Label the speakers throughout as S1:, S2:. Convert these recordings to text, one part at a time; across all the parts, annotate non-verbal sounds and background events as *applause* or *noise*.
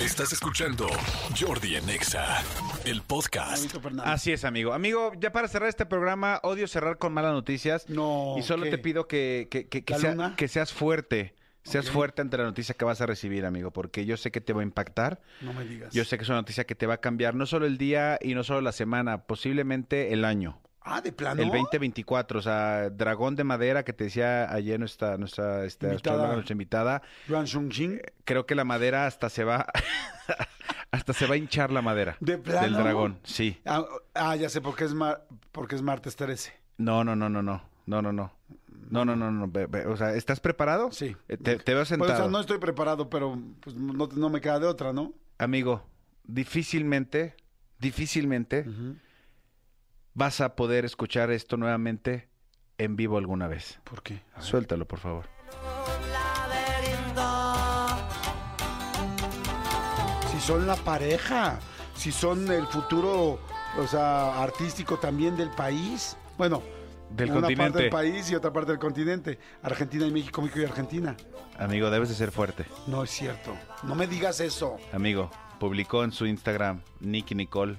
S1: Estás escuchando Jordi en Exa, el podcast.
S2: Así es, amigo. Amigo, ya para cerrar este programa, odio cerrar con malas noticias.
S3: No,
S2: Y solo
S3: ¿qué?
S2: te pido que, que- que- que
S3: ¿La
S2: sea-
S3: luna?
S2: que seas fuerte. Seas
S3: Ok.
S2: fuerte ante la noticia que vas a recibir, amigo, porque yo sé que te va a impactar.
S3: No me digas.
S2: Yo sé que es una noticia que te va a cambiar no solo el día y no solo la semana, posiblemente el año.
S3: Ah, de plano.
S2: El 2024, o sea, Dragón de Madera, que te decía ayer nuestra, nuestra, este,
S3: Invitada.
S2: astróloga, nuestra invitada,
S3: Yuan Shung-jin.
S2: creo que la madera hasta se va, *laughs* hasta se va a hinchar la madera
S3: ¿De
S2: del
S3: plano?
S2: dragón, sí.
S3: Ah, ah, ya sé por qué es, mar- porque es martes 13.
S2: No, no, no, no, no, no, no, no. No, no, no, no, ve- ve, o sea, ¿estás preparado?
S3: Sí.
S2: Eh, Te, te veo
S3: Pues, o sea,
S2: sentado.
S3: no estoy preparado, pero pues, no, no me queda de otra, ¿no?
S2: Amigo, difícilmente, difícilmente
S3: Ujú.
S2: vas a poder escuchar esto nuevamente en vivo alguna vez.
S3: ¿Por qué? A ver.
S2: Suéltalo, por favor.
S3: Si son la pareja, si son el futuro, o sea, artístico también del país. Bueno,
S2: Del
S3: una
S2: continente.
S3: parte del país y otra parte del continente. Argentina y México, México y Argentina.
S2: Amigo, debes de ser fuerte.
S3: No es cierto. No me digas eso.
S2: Amigo, publicó en su Instagram Nicky Nicole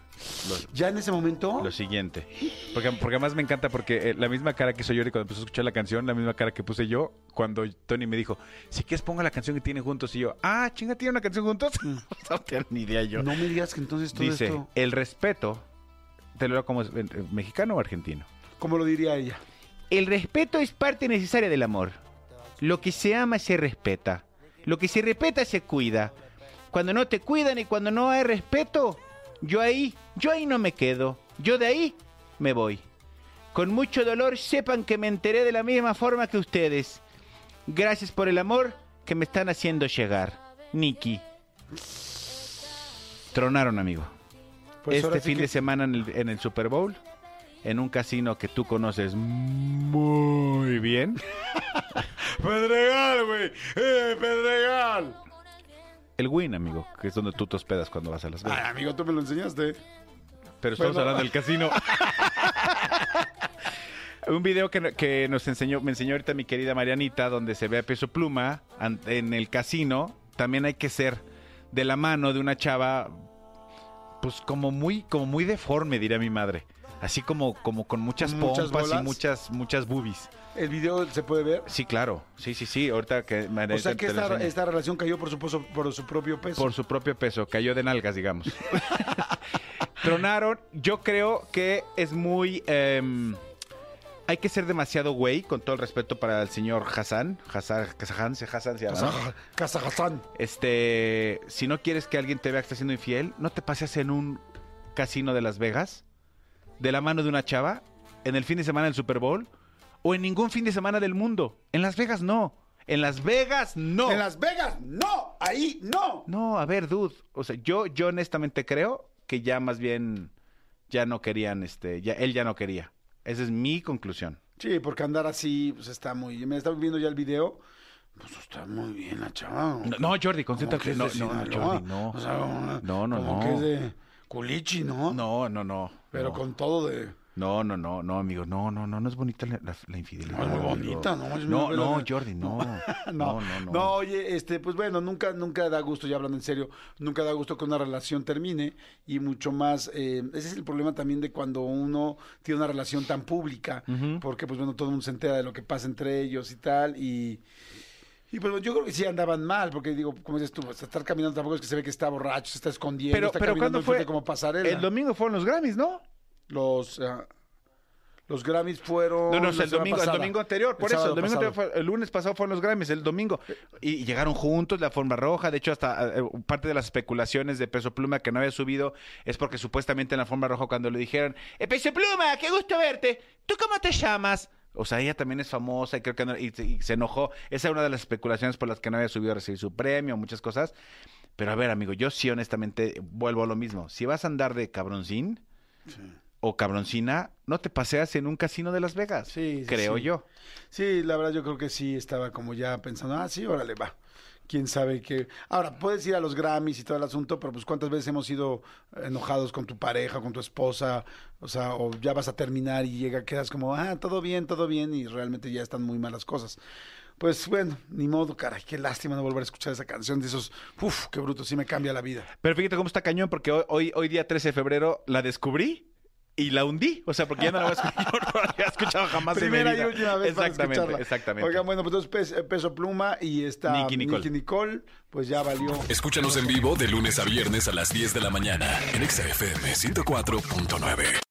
S2: lo,
S3: Ya en ese momento.
S2: lo siguiente. Porque, porque además me encanta porque eh, la misma cara que hizo Yori cuando empezó a escuchar la canción, la misma cara que puse yo cuando Tony me dijo, si quieres ponga la canción que tienen juntos y yo, ah, chinga, tiene una canción juntos. *laughs* no tenía ni idea yo.
S3: Mm. No me digas que entonces todo
S2: Dice,
S3: esto.
S2: el respeto, te lo digo como es, eh, eh, mexicano o argentino.
S3: ¿Cómo lo diría ella?
S2: El respeto es parte necesaria del amor. Lo que se ama se respeta. Lo que se respeta se cuida. Cuando no te cuidan y cuando no hay respeto, yo ahí, yo ahí no me quedo. Yo de ahí me voy. Con mucho dolor sepan que me enteré de la misma forma que ustedes. Gracias por el amor que me están haciendo llegar. Nikki. Tronaron, amigo
S3: Pues
S2: este
S3: ahora sí
S2: fin
S3: que-
S2: de semana en el, en el Super Bowl, en un casino que tú conoces muy bien,
S3: *laughs* Pedregal, güey. ¡Eh, Pedregal!
S2: el Win, amigo, que es donde tú te hospedas cuando vas a Las Vegas.
S3: Ay, amigo, tú me lo enseñaste.
S2: Pero estamos
S3: bueno.
S2: hablando del casino. *laughs* un video que, que nos enseñó, me enseñó ahorita mi querida Marianita, donde se ve a peso pluma an- en el casino. También hay que ser de la mano de una chava, pues como muy, como muy deforme, diría mi madre. Así como, como con muchas
S3: Muchas
S2: pompas y
S3: bolas.
S2: muchas, muchas boobies.
S3: El video se puede ver.
S2: Sí, claro. Sí, sí, sí. Ahorita que me
S3: O sea que
S2: te lo
S3: esta,
S2: enseño.
S3: esta relación cayó por supuesto por su propio peso.
S2: por su propio peso, cayó de nalgas, digamos. *laughs* Tronaron. Yo creo que es muy. em, hay que ser demasiado güey, con todo el respeto para el señor Hassan. Hassan, Hassan, se- Hassan se llama, ¿no?
S3: Kazaj- Kazajstán.
S2: Este, si no quieres que alguien te vea que está siendo infiel, no te pases en un casino de Las Vegas, de la mano de una chava, en el fin de semana del Super Bowl, o en ningún fin de semana del mundo. En Las Vegas no. En Las Vegas no.
S3: En Las Vegas, no, ahí no.
S2: No, a ver, dude. O sea, yo, yo honestamente creo que ya más bien ya no querían, este, ya, él ya no quería. Esa es mi conclusión.
S3: Sí, porque andar así pues está muy. Me está viendo ya el video. Pues está muy bien la chava.
S2: No, no, Jordi,
S3: Como que
S2: concéntrate.
S3: es
S2: No,
S3: de
S2: no, no,
S3: Sinaloa.
S2: Jordi, no.
S3: O sea, una-
S2: No, no,
S3: como
S2: no.
S3: que es de culichi, ¿no?
S2: No, no, no.
S3: Pero
S2: no.
S3: con todo de.
S2: No, no, no, no, amigo, no, no, no, no es bonita la, la- la infidelidad.
S3: No, es muy
S2: amigo.
S3: bonita, ¿no? Es
S2: No,
S3: una-
S2: no, Jordi, no.
S3: *laughs* No, no, no. oye, este, pues bueno, nunca, nunca da gusto, ya hablando en serio, nunca da gusto que una relación termine y mucho más, eh, ese es el problema también de cuando uno tiene una relación tan pública,
S2: Ujú.
S3: porque pues bueno, todo el mundo se entera de lo que pasa entre ellos y tal, y, y pues yo creo que sí andaban mal, porque digo, como dices tú, o sea, estar caminando tampoco es que se ve que está borracho, se está escondiendo,
S2: Pero,
S3: está
S2: pero
S3: caminando
S2: ¿cuándo
S3: enfrente
S2: fue?
S3: como pasarela.
S2: El domingo fueron los Grammys, ¿no?
S3: Los, ah, los Grammys fueron...
S2: No, no, o
S3: la
S2: sea, el
S3: semana
S2: domingo, el
S3: pasada.
S2: domingo anterior, por
S3: El
S2: eso, el
S3: sábado
S2: domingo
S3: pasado.
S2: anterior fue- el lunes pasado fueron los Grammys, el domingo. Y llegaron juntos, la forma roja, de hecho, hasta eh, parte de las especulaciones de Peso Pluma que no había subido es porque supuestamente en la forma roja cuando le dijeron, "Eh, Peso Pluma, qué gusto verte, ¿tú cómo te llamas? O sea, ella también es famosa y creo que no- y, se- y se enojó. Esa es una de las especulaciones por las que no había subido a recibir su premio, muchas cosas. Pero a ver, amigo, yo sí honestamente vuelvo a lo mismo. Si vas a andar de cabroncín, o cabroncina, no te paseas en un casino de Las Vegas.
S3: Sí, sí,
S2: creo
S3: sí.
S2: yo.
S3: Sí, la verdad yo creo que sí estaba como ya pensando, ah, sí, órale, va. Quién sabe qué. Ahora, puedes ir a los Grammys y todo el asunto, pero pues cuántas veces hemos sido enojados con tu pareja, con tu esposa, o sea, o ya vas a terminar y llega, quedas como, ah, todo bien, todo bien, y realmente ya están muy malas cosas. Pues bueno, ni modo, caray, qué lástima no volver a escuchar esa canción de esos. Uf, qué bruto, sí me cambia la vida.
S2: Pero fíjate cómo está cañón, porque hoy, hoy, hoy día 13 de febrero la descubrí y la hundí. O sea, porque ya no la voy a escuchar, *laughs* yo no la había escuchado jamás. en mi
S3: Primera y
S2: vida.
S3: última vez para
S2: Exactamente,
S3: escucharla.
S2: exactamente.
S3: Oigan, bueno, pues entonces Pes- eh, Peso Pluma y esta
S2: Nicky Nicole.
S3: Nicky Nicole, pues ya valió.
S1: Escúchanos en vivo de lunes a viernes a las 10 de la mañana en Exa FM 104.9.